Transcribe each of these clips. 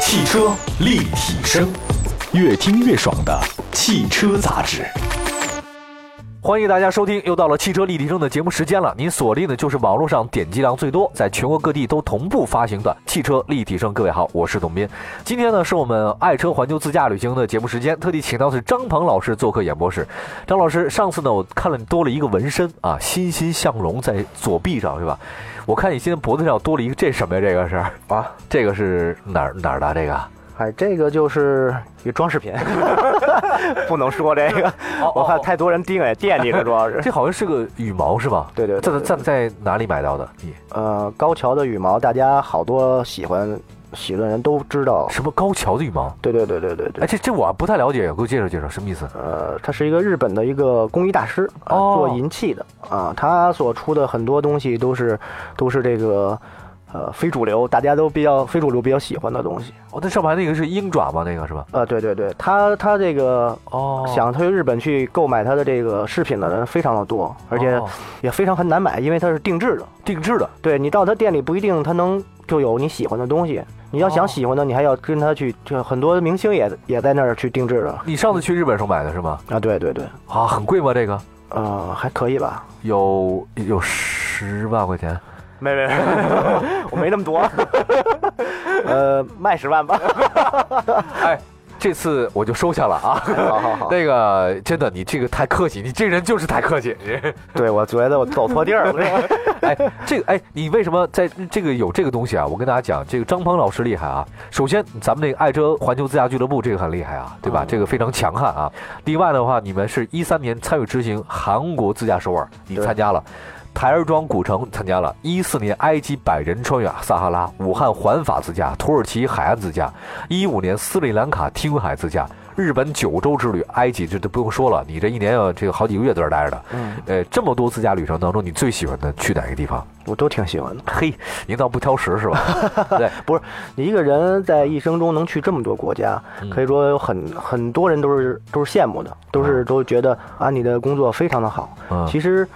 汽车立体声，越听越爽的汽车杂志。欢迎大家收听，又到了汽车立体声的节目时间了。您锁定的就是网络上点击量最多，在全国各地都同步发行的汽车立体声。各位好，我是董斌。今天呢，是我们爱车环球自驾旅行的节目时间，特地请到的是张鹏老师做客演播室。张老师，上次呢，我看了你多了一个纹身啊，欣欣向荣在左臂上是吧？我看你今天脖子上多了一个，这什么呀？这个是啊，这个是哪儿哪儿的？这个？哎，这个就是一个装饰品， 不能说这个，哦我怕太多人盯哎惦记了，主要是。这好像是个羽毛是吧？对对对在对在在哪里买到的？你呃，高桥的羽毛，大家好多喜欢喜欢的人都知道。什么高桥的羽毛？对对对对对哎，对。这这我还不太了解，给我介绍介绍什么意思？呃，他是一个日本的一个工艺大师，啊哦做银器的啊，他所出的很多东西都是都是这个呃非主流，大家都比较非主流比较喜欢的东西。哦，那上排那个是鹰爪吗？那个是吧？呃，对对对，他他这个哦想推日本去购买它的这个饰品的人非常的多，而且哦也非常很难买，因为它是定制的。定制的，对你到他店里不一定他能就有你喜欢的东西，你要哦想喜欢的，你还要跟他去，这很多明星也也在那儿去定制的你上次去日本时候买的是吗？啊。对对对，啊，很贵吗？这个呃，还可以吧。有有十万块钱，没没没， 我没那 么多，呃，卖十万吧。哎。这次我就收下了啊！好好好，那个真的，你这个太客气，你这人就是太客气。你对我觉得我走错地儿了。 哎，这个哎，你为什么在这个有这个东西啊？我跟大家讲，这个张鹏老师厉害啊。首先，咱们这个爱车环球自驾俱乐部这个很厉害啊，对吧？嗯这个非常强悍啊。另外的话，你们是一三年参与执行韩国自驾首尔，你对参加了。台儿庄古城参加了，一四年埃及百人穿越啊撒哈拉，武汉环法自驾，土耳其海岸自驾，一五年斯里兰卡听海自驾，日本九州之旅，埃及这都不用说了，你这一年啊，这个好几个月在这儿待着的。 嗯，呃，这么多自驾旅程当中，你最喜欢的去哪个地方？我都挺喜欢的。嘿， 您倒不挑食是吧？对，不是你一个人在一生中能去这么多国家，可以说有很很多人都是都是羡慕的，都是都觉得啊你的工作非常的好。嗯 其实，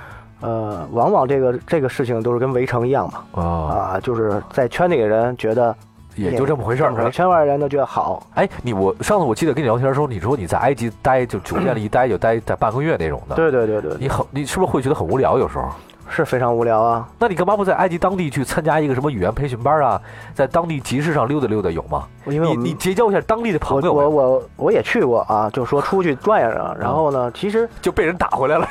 呃，往往这个这个事情都是跟围城一样啊，嘛，啊，就是在圈里的人觉得也就这么回事这么回儿事。圈外人都觉得好，哎，你我上次我记得跟你聊天的时候，你说你在埃及待就酒店里一待就待待半个月那种的，对对对对，你很你是不是会觉得很无聊有时候？是非常无聊啊。那你干嘛不在埃及当地去参加一个什么语言培训班啊？在当地集市上溜达溜达有吗？因为你我你们结交一下当地的朋我友啊我呗，我我也去过啊，就说出去转悠转，然后呢，其实 就被人打回来了。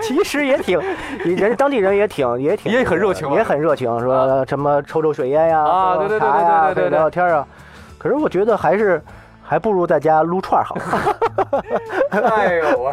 其实也挺，人家当地人也挺也挺也很热情吧也很热情，说什么抽抽雪烟呀，啊喝喝对对对茶呀对对对对对聊聊天啊。可是我觉得还是还不如在家撸串儿好， 哎呦我。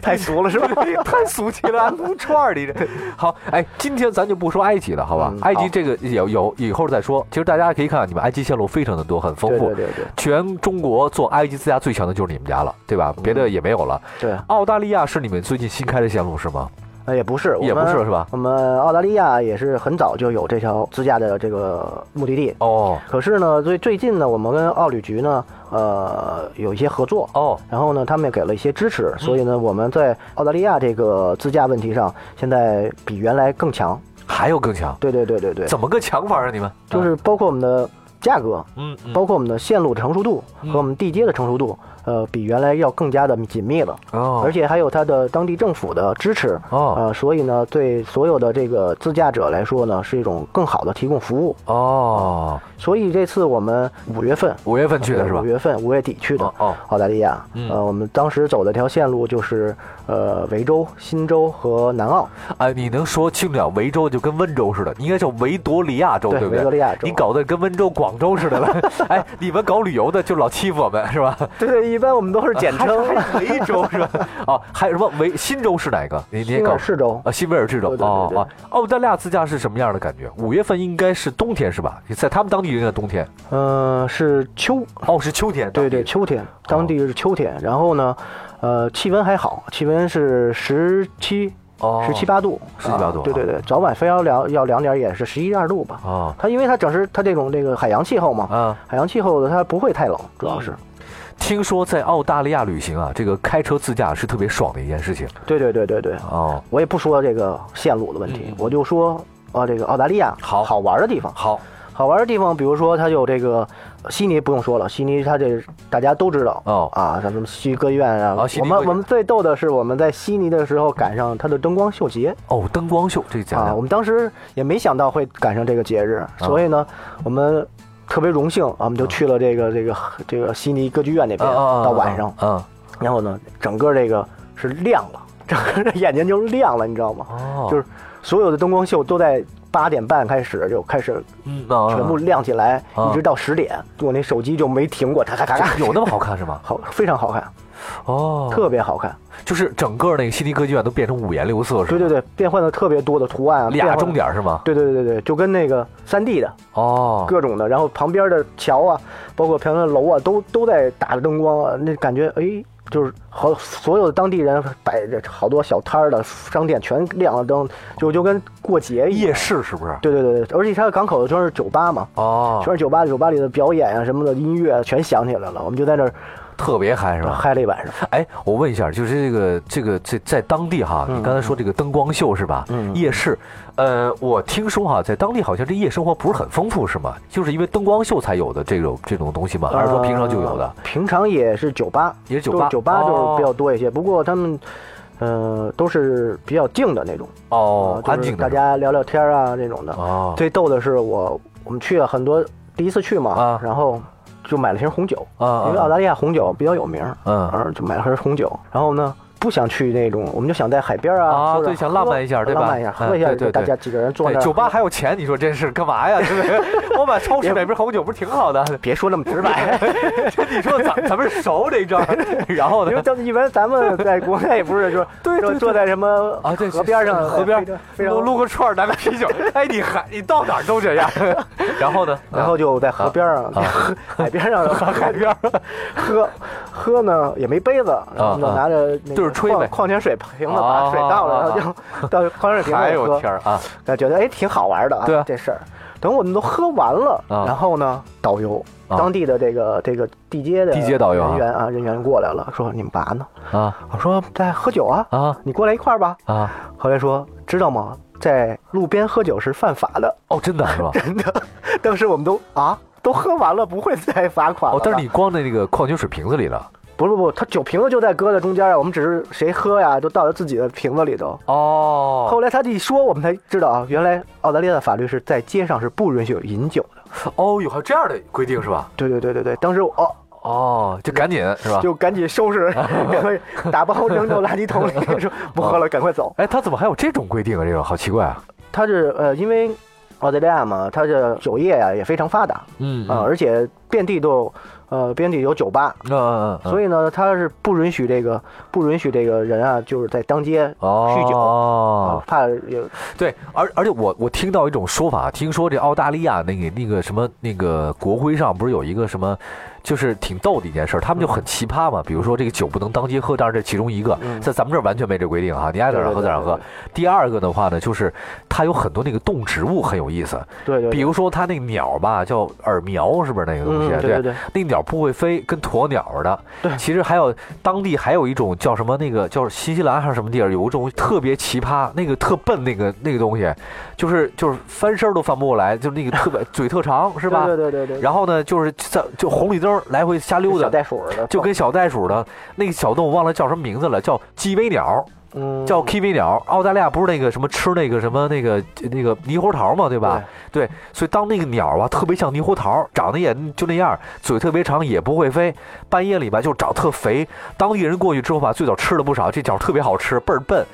太俗了是 吧？你哎太俗气了，撸串儿你这。好，哎，今天咱就不说埃及了，好吧？嗯埃及好这个有有以后再说。其实大家可以看，你们埃及线路非常的多，很丰对富。对对对全中国做埃及自驾最强的就是你们家了，对嗯吧？别的也没有了。对，澳大利亚是你们最近新开的线路是吗？呃也不是，也不我们是是吧？我们澳大利亚也是很早就有这条自驾的这个目的地，哦可是呢，最最近呢，我们跟奥旅局呢，呃，有一些合作，哦，然后呢，他们也给了一些支持，所以呢，我们在澳大利亚这个自驾问题上，现在比原来更强。还有更强，对对对对对，怎么个强法啊？你们就是包括我们的价格，嗯嗯包括我们的线路成熟度和我们地接的成熟度，呃，比原来要更加的紧密了，哦，而且还有它的当地政府的支持。哦呃，所以呢，对所有的这个自驾者来说呢，是一种更好的提供服务。哦，所以这次我们五月份五月份去的是吧五？月份五月底去的哦哦澳大利亚。嗯呃，我们当时走的条线路就是呃维州、新州和南澳。哎，你能说清楚点？维州就跟温州似的，你应该叫维多利亚州，对不对？维多利亚州你搞得跟温州、广州似的 了。哎，你们搞旅游的就老欺负我们是吧？对对，一般我们都呃是简称。维州是吧？ 哦，还有什么维新州是哪个？你你也新搞尔士州啊？新维尔这州对对哦对对哦。澳大利亚自驾是什么样的感觉？五月份应该是冬天是吧？在他们当地应该冬天，嗯、是秋，哦是哦秋天。对对，当地秋天，当地是秋天。然后呢，呃，气温还好，气温是十七、哦十七八度， 17-18啊度对对对，早晚非要凉要凉点儿，也是十一二度吧。哦它因为它整是它这种这个海洋气候嘛，啊。海洋气候的它不会太冷，嗯主要是。听说在澳大利亚旅行啊，这个开车自驾是特别爽的一件事情对对对对对，哦。我也不说这个线路的问题，我就说啊，这个澳大利亚嗯好好玩的地方，好，好玩的地方，比如说它有这个呃悉尼不用说了，悉尼它这大家都知道哦啊，咱们悉尼歌剧院啊，啊悉我尼歌剧们院我们最逗的是我们在悉尼的时候赶上它的灯光秀节哦，灯光秀这讲啊，我讲们当时也没想到会赶上这个节啊日，所以呢，我们特别荣幸啊，我们就去了这个这个这个悉尼歌剧院那边，到晚上，啊然后呢，整个这个是亮了， 整个这眼睛就亮了，你知道吗？哦，就是所有的灯光秀都在八点半开始就开始嗯啊全部亮起来，啊一直到十点，我那手机就没停过，咔咔咔咔， 有那么好看是 吗？好非常好看，哦，特别好看。就是整个那个悉尼歌剧院都变成五颜六色是吗？对对对，变换了特别多的图案，啊变俩换了钟。点是吗？对对对对，就跟那个三 D 的哦，各种的，然后旁边的桥啊，包括旁边的楼啊，都都在打着灯光啊，那感觉哎，就是好所有的当地人摆着好多小摊儿的商店全亮了灯，就就跟过节一样。夜市是不是？对对对对，而且它的港口全是酒吧嘛，哦全，是酒吧，酒吧里的表演啊什么的音乐全响起来了，我们就在那儿特别嗨是吧？嗨了一晚上。哎，我问一下，就是这个这个这在当地哈，你刚才说这个灯光秀是吧？嗯夜市，呃，我听说哈，在当地好像这夜生活不是很丰富是吗？就是因为灯光秀才有的这种这种东西吗？还是说平常就有的呃？平常也是酒吧，也是酒都吧酒吧就是哦比较多一些。不过他们，呃，都是比较静的那种，哦啊，就是安静的大是吧家聊聊天儿啊这种的。哦最逗的是我，我们去了很多，第一次去嘛，啊然后就买了瓶红酒，啊啊因为澳大利亚红酒比较有名，嗯然后就买了瓶红酒，然后呢。不想去那种，我们就想在海边儿啊啊，或者对想喝浪漫一下对吧浪漫一下，嗯喝一下，对对就大对家几个人坐对那儿。酒吧还有钱，你说这是干嘛呀？ 对不对？我买超市买瓶红酒不是挺好的？ 别说那么直白，你说咱咱们熟这一招， 然后 因为呢？咱们一般咱们在国内不是就是 对对坐对坐在什么啊，对，河边上河边儿非常撸撸个串儿，拿个啤酒。 哎，你还你到哪儿都这样。 然后呢？ 然后就在啊河边上、 海边 上、海边儿 喝喝呢，也没杯子，然后我们就拿着那个啊就是吹呗矿矿泉水瓶啊子把水 倒了，然后就到矿泉水瓶还子里有喝天，儿啊！哎觉得哎挺好玩的啊对啊这事儿。等我们都喝完了，啊然后呢，导游啊当地的这个这个地接的地接导游啊人员啊人员过来了，说你们干嘛呢？啊我说在喝酒啊，啊你过来一块儿吧。啊！后来说知道吗，在路边喝酒是犯法的。 哦，真的是吧？真的，当时我们都啊，都喝完了，不会再罚款了哦吧。，但是你光在那个矿泉水瓶子里了。不不不，他酒瓶子就在搁在中间啊，我们只是谁喝呀，就倒到自己的瓶子里头。哦后来他一说，我们才知道啊，原来澳大利亚的法律是在街上是不允许有饮酒的。哦，有还有这样的规定是吧？对对对对对，当时我哦，哦，就赶紧是吧？就赶紧收 拾，赶快打包扔到垃圾桶里，说不喝了，赶快走。哎，他怎么还有这种规定啊？这种好奇怪啊！他是呃，因为澳大利亚嘛，它这酒业呀、也非常发达啊、嗯而且遍地都有，呃，遍地有酒吧，嗯嗯嗯，所以以呢，他是不允许这个不允许这个人啊，就是在当街酗酒、哦啊，，怕有对，而而且我我听到一种说法，听说这澳大利亚那个那个什么那个国徽上不是有一个什么，就是挺逗的一件事儿，他们就很奇葩嘛。比如说这个酒不能当街喝，当然这其中一个，嗯在咱们这儿完全没这规定哈，你爱咋对儿对喝咋儿喝对对。第二个的话呢，就是它有很多那个动植物很有意思，对对，比如说它那个鸟吧，叫耳苗，是不是那个东西？啊嗯对对对那鸟不会飞，跟鸵鸟似的。对其实还有当地还有一种叫什么那个叫新西兰还是什么地儿，有一种特别奇葩，那个特笨那个那个东西，就是就是翻身儿都翻不过来，就是那个特别嘴特长是吧？对对对对对，然后呢，就是在就红绿灯来回瞎溜小达。袋鼠似的，就跟小袋鼠的那个小动物忘了叫什么名字了，叫鸡尾鸟，嗯叫 kiwi 鸟。澳大利亚不是那个什么吃那个什么那个那个猕猴桃嘛，对吧？对，所以当那个鸟啊，特别像猕猴桃，长得也就那样，嘴特别长，也不会飞。半夜里吧，就长特肥。当地人过去之后吧，最早吃了不少，这鸟特别好吃，倍儿 笨。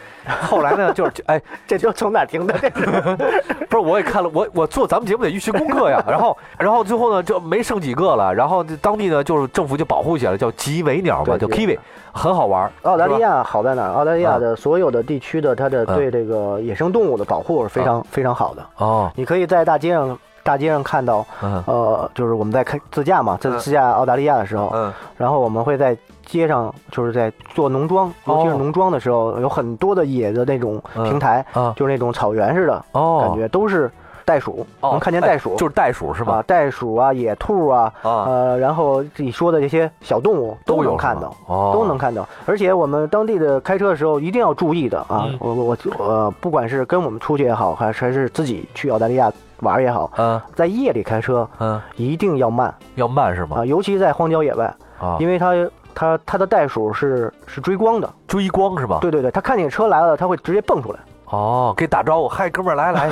后来呢，就是哎，这都从哪听的？这 不是，我也看了，我我做咱们节目得预习功课呀。然 后，然后最后呢，就没剩几个了。然后当地呢，就是政府就保护起来了，叫吉尾鸟嘛，对叫吉尾 kiwi，很好玩儿。澳大利是吧，亚好在哪儿？澳大利亚的所有的地区的它的嗯对这个野生动物的保护是非常非常好的，哦，你可以在大街上。大街上看到，嗯呃，就是我们在开自驾嘛，在嗯自驾澳大利亚的时候，嗯，然后我们会在街上，就是在做农庄，尤其是哦农庄的时候，有很多的野的那种嗯平台，啊就是那种草原似的，哦，感觉都是袋鼠，哦能看见哎袋鼠，就是袋鼠是啊吗？，袋鼠啊，野兔啊，啊呃，然后你说的这些小动物都有能是看吗到。哦，都能看到，而且我们当地的开车的时候一定要注意的啊！嗯我我我呃，不管是跟我们出去也好，还是还是自己去澳大利亚玩儿也好，嗯在夜里开车嗯，一定要慢要慢是吗？啊，尤其在荒郊野外，啊，因为它它它的袋鼠是是追光的，追光是吧？，对对对，它看见车来了，它会直接蹦出来。 哦，给打招呼，嗨，哥们儿来 来，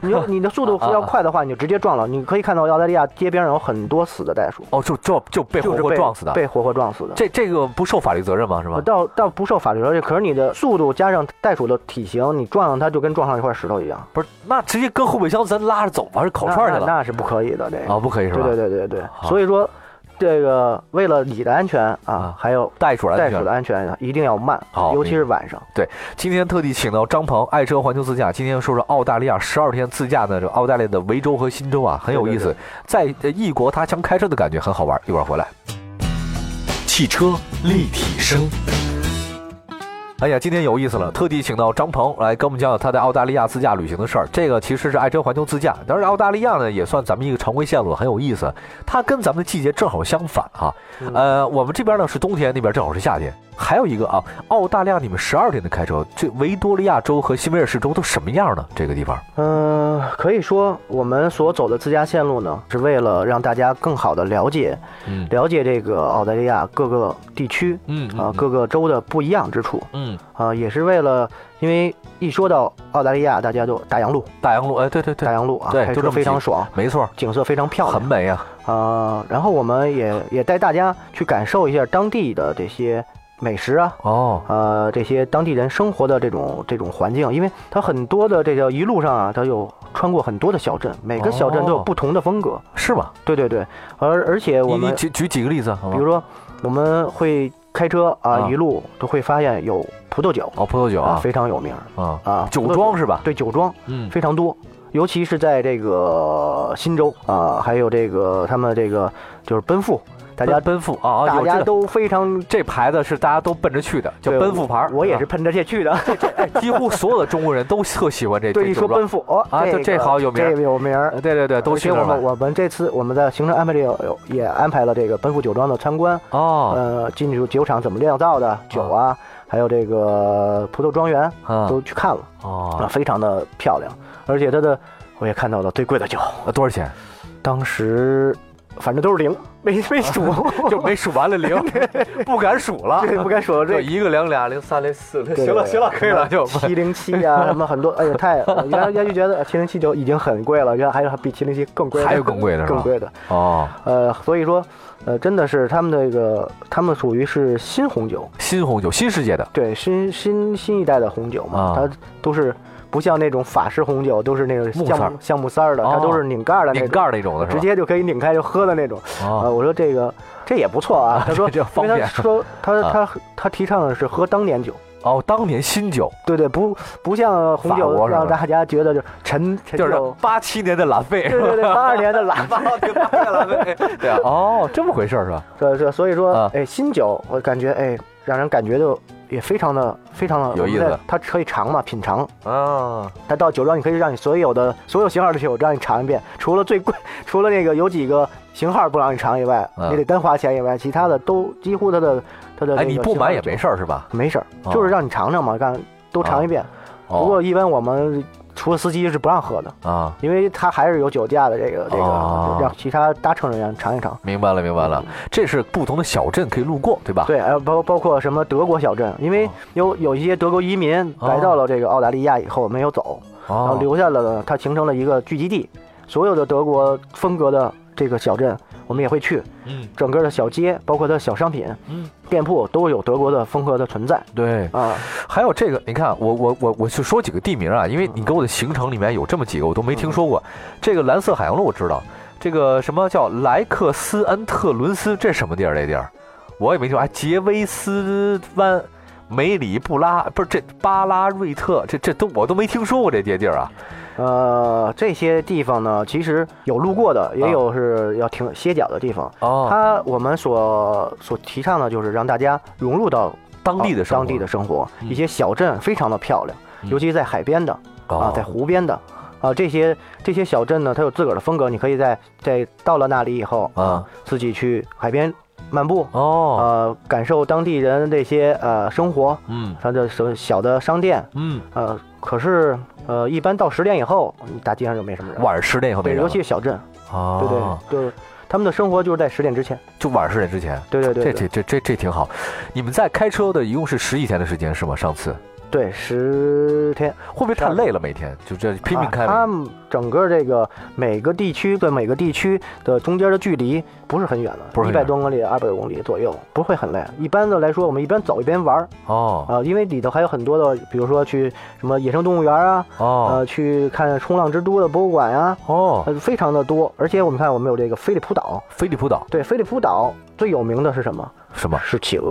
你就你的速啊度要快的话，你就直接撞了。你可以看到澳大利亚街边上有很多死的袋鼠，哦，就就就被活就是活被撞死的，被活活撞死的。呃这这个不受法律责任吗？是吗？倒倒不受法律责任，可是你的速度加上袋鼠的体型，你撞上它就跟撞上一块石头一样。不是，那直接跟后备箱咱拉着走吧，是烤那串去了那那是不可以的，这个啊？不可以是吧？啊对对对对对，好所以说这个为了你的安全啊啊，还有袋鼠来袋鼠的安全啊，一定要慢好，尤其是晚上。今天特地请到张鹏，爱车环球自驾。今天说说澳大利亚十二天自驾的这个澳大利亚的维州和新州啊，很有意思，在呃异国他乡开车的感觉很好玩。一会儿回来。汽车立体声，哎呀，今天有意思了，特地请到张鹏来跟我们讲讲他在澳大利亚自驾旅行的事儿。这个其实是爱车环球自驾，当然澳大利亚呢也算咱们一个常规线路，很有意思。它跟咱们的季节正好相反哈、嗯呃，我们这边呢是冬天，那边正好是夏天。还有一个啊，澳大利亚你们十二天的开车，这维多利亚州和新威尔士州都什么样呢？这个地方嗯、可以说我们所走的自驾线路呢，是为了让大家更好的了解嗯了解这个澳大利亚各个地区嗯啊、各个州的不一样之处嗯，啊、也是为了，因为一说到澳大利亚，大家就大洋路，大洋路，哎，对对大对，洋路啊，对就开这车么非几常爽，没错，景色非常漂亮很。美啊。呃，然后我们也也带大家去感受一下当地的这些美食啊，哦，呃，这些当地人生活的这种这种环境，因为它很多的这个一路上啊，它有穿过很多的小镇，每个小镇都有哦不同的风格。是吗？对对对，而而且我你你们举举几个例子啊哦好比吗如？说我们会开车啊，啊一路都会发现有葡萄酒哦，葡萄酒啊，啊，非常有名啊，啊，酒葡萄庄是吧？对酒庄嗯，非常多，尤其是在这个新州啊，还有这个他们这个就是奔赴，大家奔奔赴啊，啊大有家这个都非常这牌子是大家都奔着去的，叫对奔赴牌儿。我也是啊，奔着这去的。几乎所有的中国人都特喜欢这 对，这一酒说庄奔。赴哦啊这这这个好有名儿这个有名儿。呃对对对，都而去且那我儿们了。我们这次我们在行程安排里有有也安排了这个奔赴酒庄的参观，哦，呃，进入酒厂怎么酿造的酒啊，还有这个葡萄庄园啊，呃都去看了啊，哦，非常的漂亮，而且它的我也看到了最贵的酒，呃多少钱？当时反正都是零，没没数，啊 就没数完了 零，不敢数了。这不该说 就这。一个零俩零三零四零，对行了行了，可以了， 就七零七呀，什么很多，哎呀，太原来原来就觉得七零七就已经很贵了，原来还有比七零七更贵的，还有更贵的是吧更贵的，哦，呃，所以说，呃，真的是他们那个，他们属于是新红酒，新红酒，新世界的对，新新新一代的红酒嘛，啊它都是不像那种法式红酒，都是那种木塞橡儿木橡木塞儿的，它哦都是拧盖儿的那拧种，盖儿那种的是直吧？接就可以拧开就喝的那种。啊，哦，我说这个这也不错啊， 他说，这这方因为他便。说他啊他他提倡的是喝当年酒，哦，当年新酒对对，不不像红法酒国是吧让大家觉得就陈陈就是酒，八七年的蓝 费，对对对，八二年的 喇叭。对啊，哦，这么回事儿是吧？对对，所以说，啊哎，新酒我感觉哎，让人感觉就也非常的非常的有意思我们在它可以尝嘛，品尝。啊，它到酒庄，你可以让你所有的所有型号的酒让你尝一遍，除了最贵， 除了那个有几个型号不让你尝以外，嗯你得单花钱以外，其他的都几乎它的它的哎，这个你不型号买也酒没事儿是吧？没事儿，哦就是让你尝尝嘛，让都尝一遍。不哦过一般我们除了司机是不让喝的，啊，因为它还是有酒驾的这个这个，哦让其他搭乘人员尝一尝。明白了明白了，这是不同的小镇可以路过，对吧？对，还有包包括什么德国小镇，因为啊哦有有一些德国移民来到了这个澳大利亚以后没有走，然后哦，留下了它形成了一个聚集地。所有的德国风格的这个小镇，我们也会去，嗯整个的小街，包括它的小商品嗯，店铺都有德国的风格的存在对，啊。还有这个，你看啊我我我我去说几个地名啊，因为你给我的行程里面有这么几个我都没嗯听说过。这个蓝色海洋路我知道，这个什么叫莱克斯恩特伦斯，这什么地儿？这地儿我也没听说。哎，杰威斯湾、梅里布拉不是这巴拉瑞特，这这都我都没听说过这些地儿啊。呃，这些地方呢，其实有路过的，啊也有是要停歇脚的地方。哦，它我们所所提倡的就是让大家融入到呃当地的生活当地的生活，嗯一些小镇非常的漂亮，嗯尤其在海边的啊哦，在湖边的啊，这些这些小镇呢，它有自个儿的风格，你可以在在到了那里以后啊自己去海边漫步，哦，呃，感受当地人这些呃生活，嗯它的什么小的商店，嗯呃，可是呃，一般到十点以后，你大街上就没什么人了。晚上十点以后没对，人尤了其是小镇，啊，对对，就是他们的生活就是在十点之前。就晚上十点之前，对对对，这对这这这这挺好。你们在开车的一共是十几天的时间是吗？上次对十天。会不会太累了？每天就这拼命开啊。他们整个这个每个地区对每个地区的中间的距离不是很远不的，是很一百远多公里、二百公里左右，不会很累。一般的来说，我们一边走一边玩儿哦啊、因为里头还有很多的，比如说去什么野生动物园啊，哦呃，去看冲浪之都的博物馆呀、哦，呃，非常的多。而且我们看，我们有这个菲利普岛，飞利浦岛对，菲利普岛最有名的是什么？什么？是企鹅。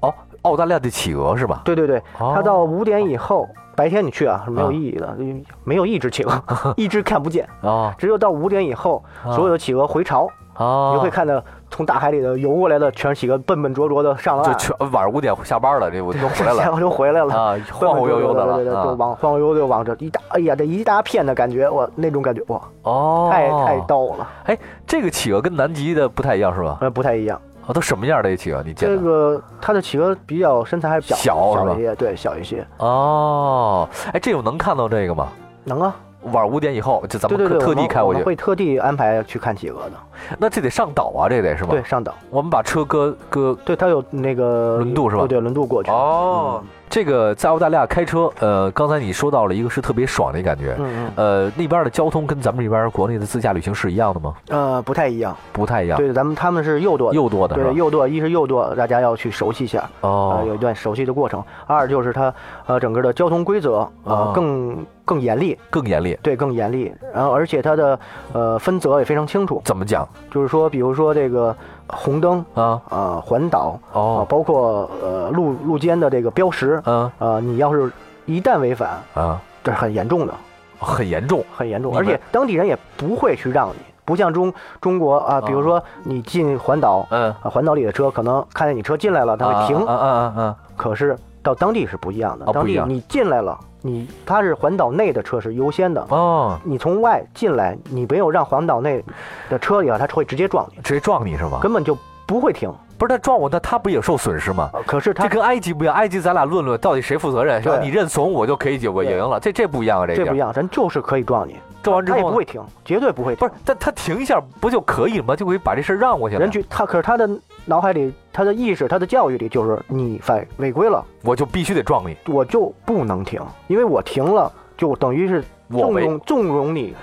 哦，澳大利亚的企鹅是吧？对对对，哦它到五点以后，白天你去啊是没有意义的，因为没有一只企 鹅，一只看不见。哦只有到五点以后，啊所有的企鹅回巢，哦，你就会看到从大海里头游过来的全是企鹅，笨笨拙拙的上了就岸，全晚上五点下班了，这我都回来 然了后就回来了。啊，笨晃笨晃悠拙悠拙的对对对，就了啊。往晃晃悠悠地往这一大，哎呀，这一大片的感觉，哇，那种感觉，哇，哦，太太。逗了，哎，这个企鹅跟南极的不太一样是吧？呃，不太一样。啊，都什么样的企鹅？你见这的？个它的企鹅比较身材还小小是吧小一些，对，小一些，哦，哎，这有能看到这个吗？能啊，晚上五点以后，就咱对们对对，特我地们开我过们去，会特地安排去看企鹅的，那这得上岛啊，这得是吧？对，，上岛，我们把车搁搁对，它有那个轮渡是吧对对，轮渡过去，哦，这个在澳大利亚开车，呃，刚才你说到了一个是特别爽的感觉，嗯呃，那边的交通跟咱们这边国内的自驾旅行是一样的吗？嗯，呃，不太一样，不太一样，对，咱们他们是右舵的，又多的是吧对，？右舵一是右舵，大家要去熟悉一下，啊，哦有一段熟悉的过程。二就是它，呃，整个的交通规则，哦呃，更更严厉，更严厉，对，更严厉。然后而且它的，呃，分则也非常清楚，怎么讲就是说，比如说这个红灯，啊？啊，环岛，啊，哦，包括呃路路肩的这个标识，嗯啊，你要是一旦违反，啊，这是很严重的，很严重很严重。明而白且当地人也不会去让你，不像中中国啊，哦比如说你进环岛。嗯，啊，环岛里的车可能看见你车进来了，它会停，啊啊啊啊！可是到当地是不一样的，哦当不一地样你进来了，你它是环岛内的车是优先的，哦，你从外进来，你没有让环岛内的车里啊，它会直接撞你，直接撞你是吗？根本就不会停。不是他撞我，那他不也受损失吗？呃可是这它跟埃及不一样，埃及咱俩论论到底谁负责任，是吧？对你认怂我就可以解我对赢了，这这不一样啊，这这不一样。样，咱就是可以撞你，撞完之它也后不呢会停，绝对不会不停。是，但他停一下不就可以了吗？就可以把这事儿让过去了人。去他，可是他的脑海里、他的意识、他的教育里就是你犯违规了，我就必须得撞你，我就不能停，因为我停了就等于是我纵违容纵容你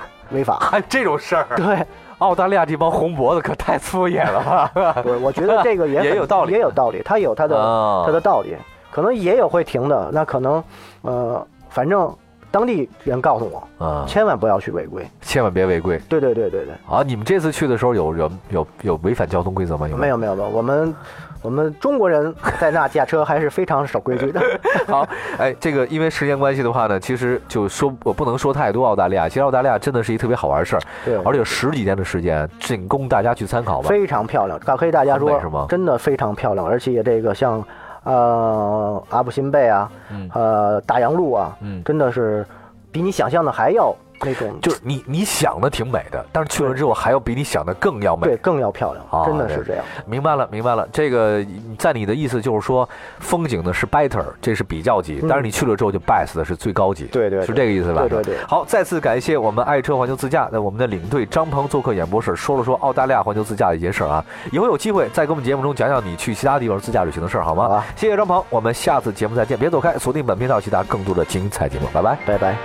违法。还有这种事儿。对，澳大利亚这帮红脖子可太粗野 了不是，我觉得这个也也很有道理也有道理，它有它的、啊它的道理，可能也有会停的，那可能，呃，反正当地人告诉我，啊！千万不要去违规。千万别违规对对对对对，啊！你们这次去的时候有人有有违反交通规则吗？有没有没有没有，我们我们中国人在那驾车还是非常守规 矩的。好，哎，这个因为时间关系的话呢，其实就说我不能说太多澳大利亚。其实澳大利亚真的是一特别好玩的事儿，对，而且有十几天的时间，仅供大家去参考吧。非常漂亮，可以大家很美说是吗真的非常漂亮，而且这个像，呃，阿布辛贝啊，嗯呃，大洋路啊，嗯真的是比你想象的还要那种，就是你你想的挺美的，但是去了之后还要比你想的更要美对。更要漂亮，啊真的对是这样。明白了，明白了。这个嗯在你的意思就是说，风景呢是 better，这是比较级，嗯但是你去了之后就 best 的是最高级。对对对是这个意思吧？对对对好，再次感谢我们爱车环球自驾的我们的领队张鹏做客演播室，说了说澳大利亚环球自驾的一些事儿啊。以后有机会再给我们节目中讲讲你去其他地方自驾旅行的事儿，好吗？好啊谢谢张鹏，我们下次节目再见，别走开，锁定本频道其他更多的精彩节目，拜拜。拜拜。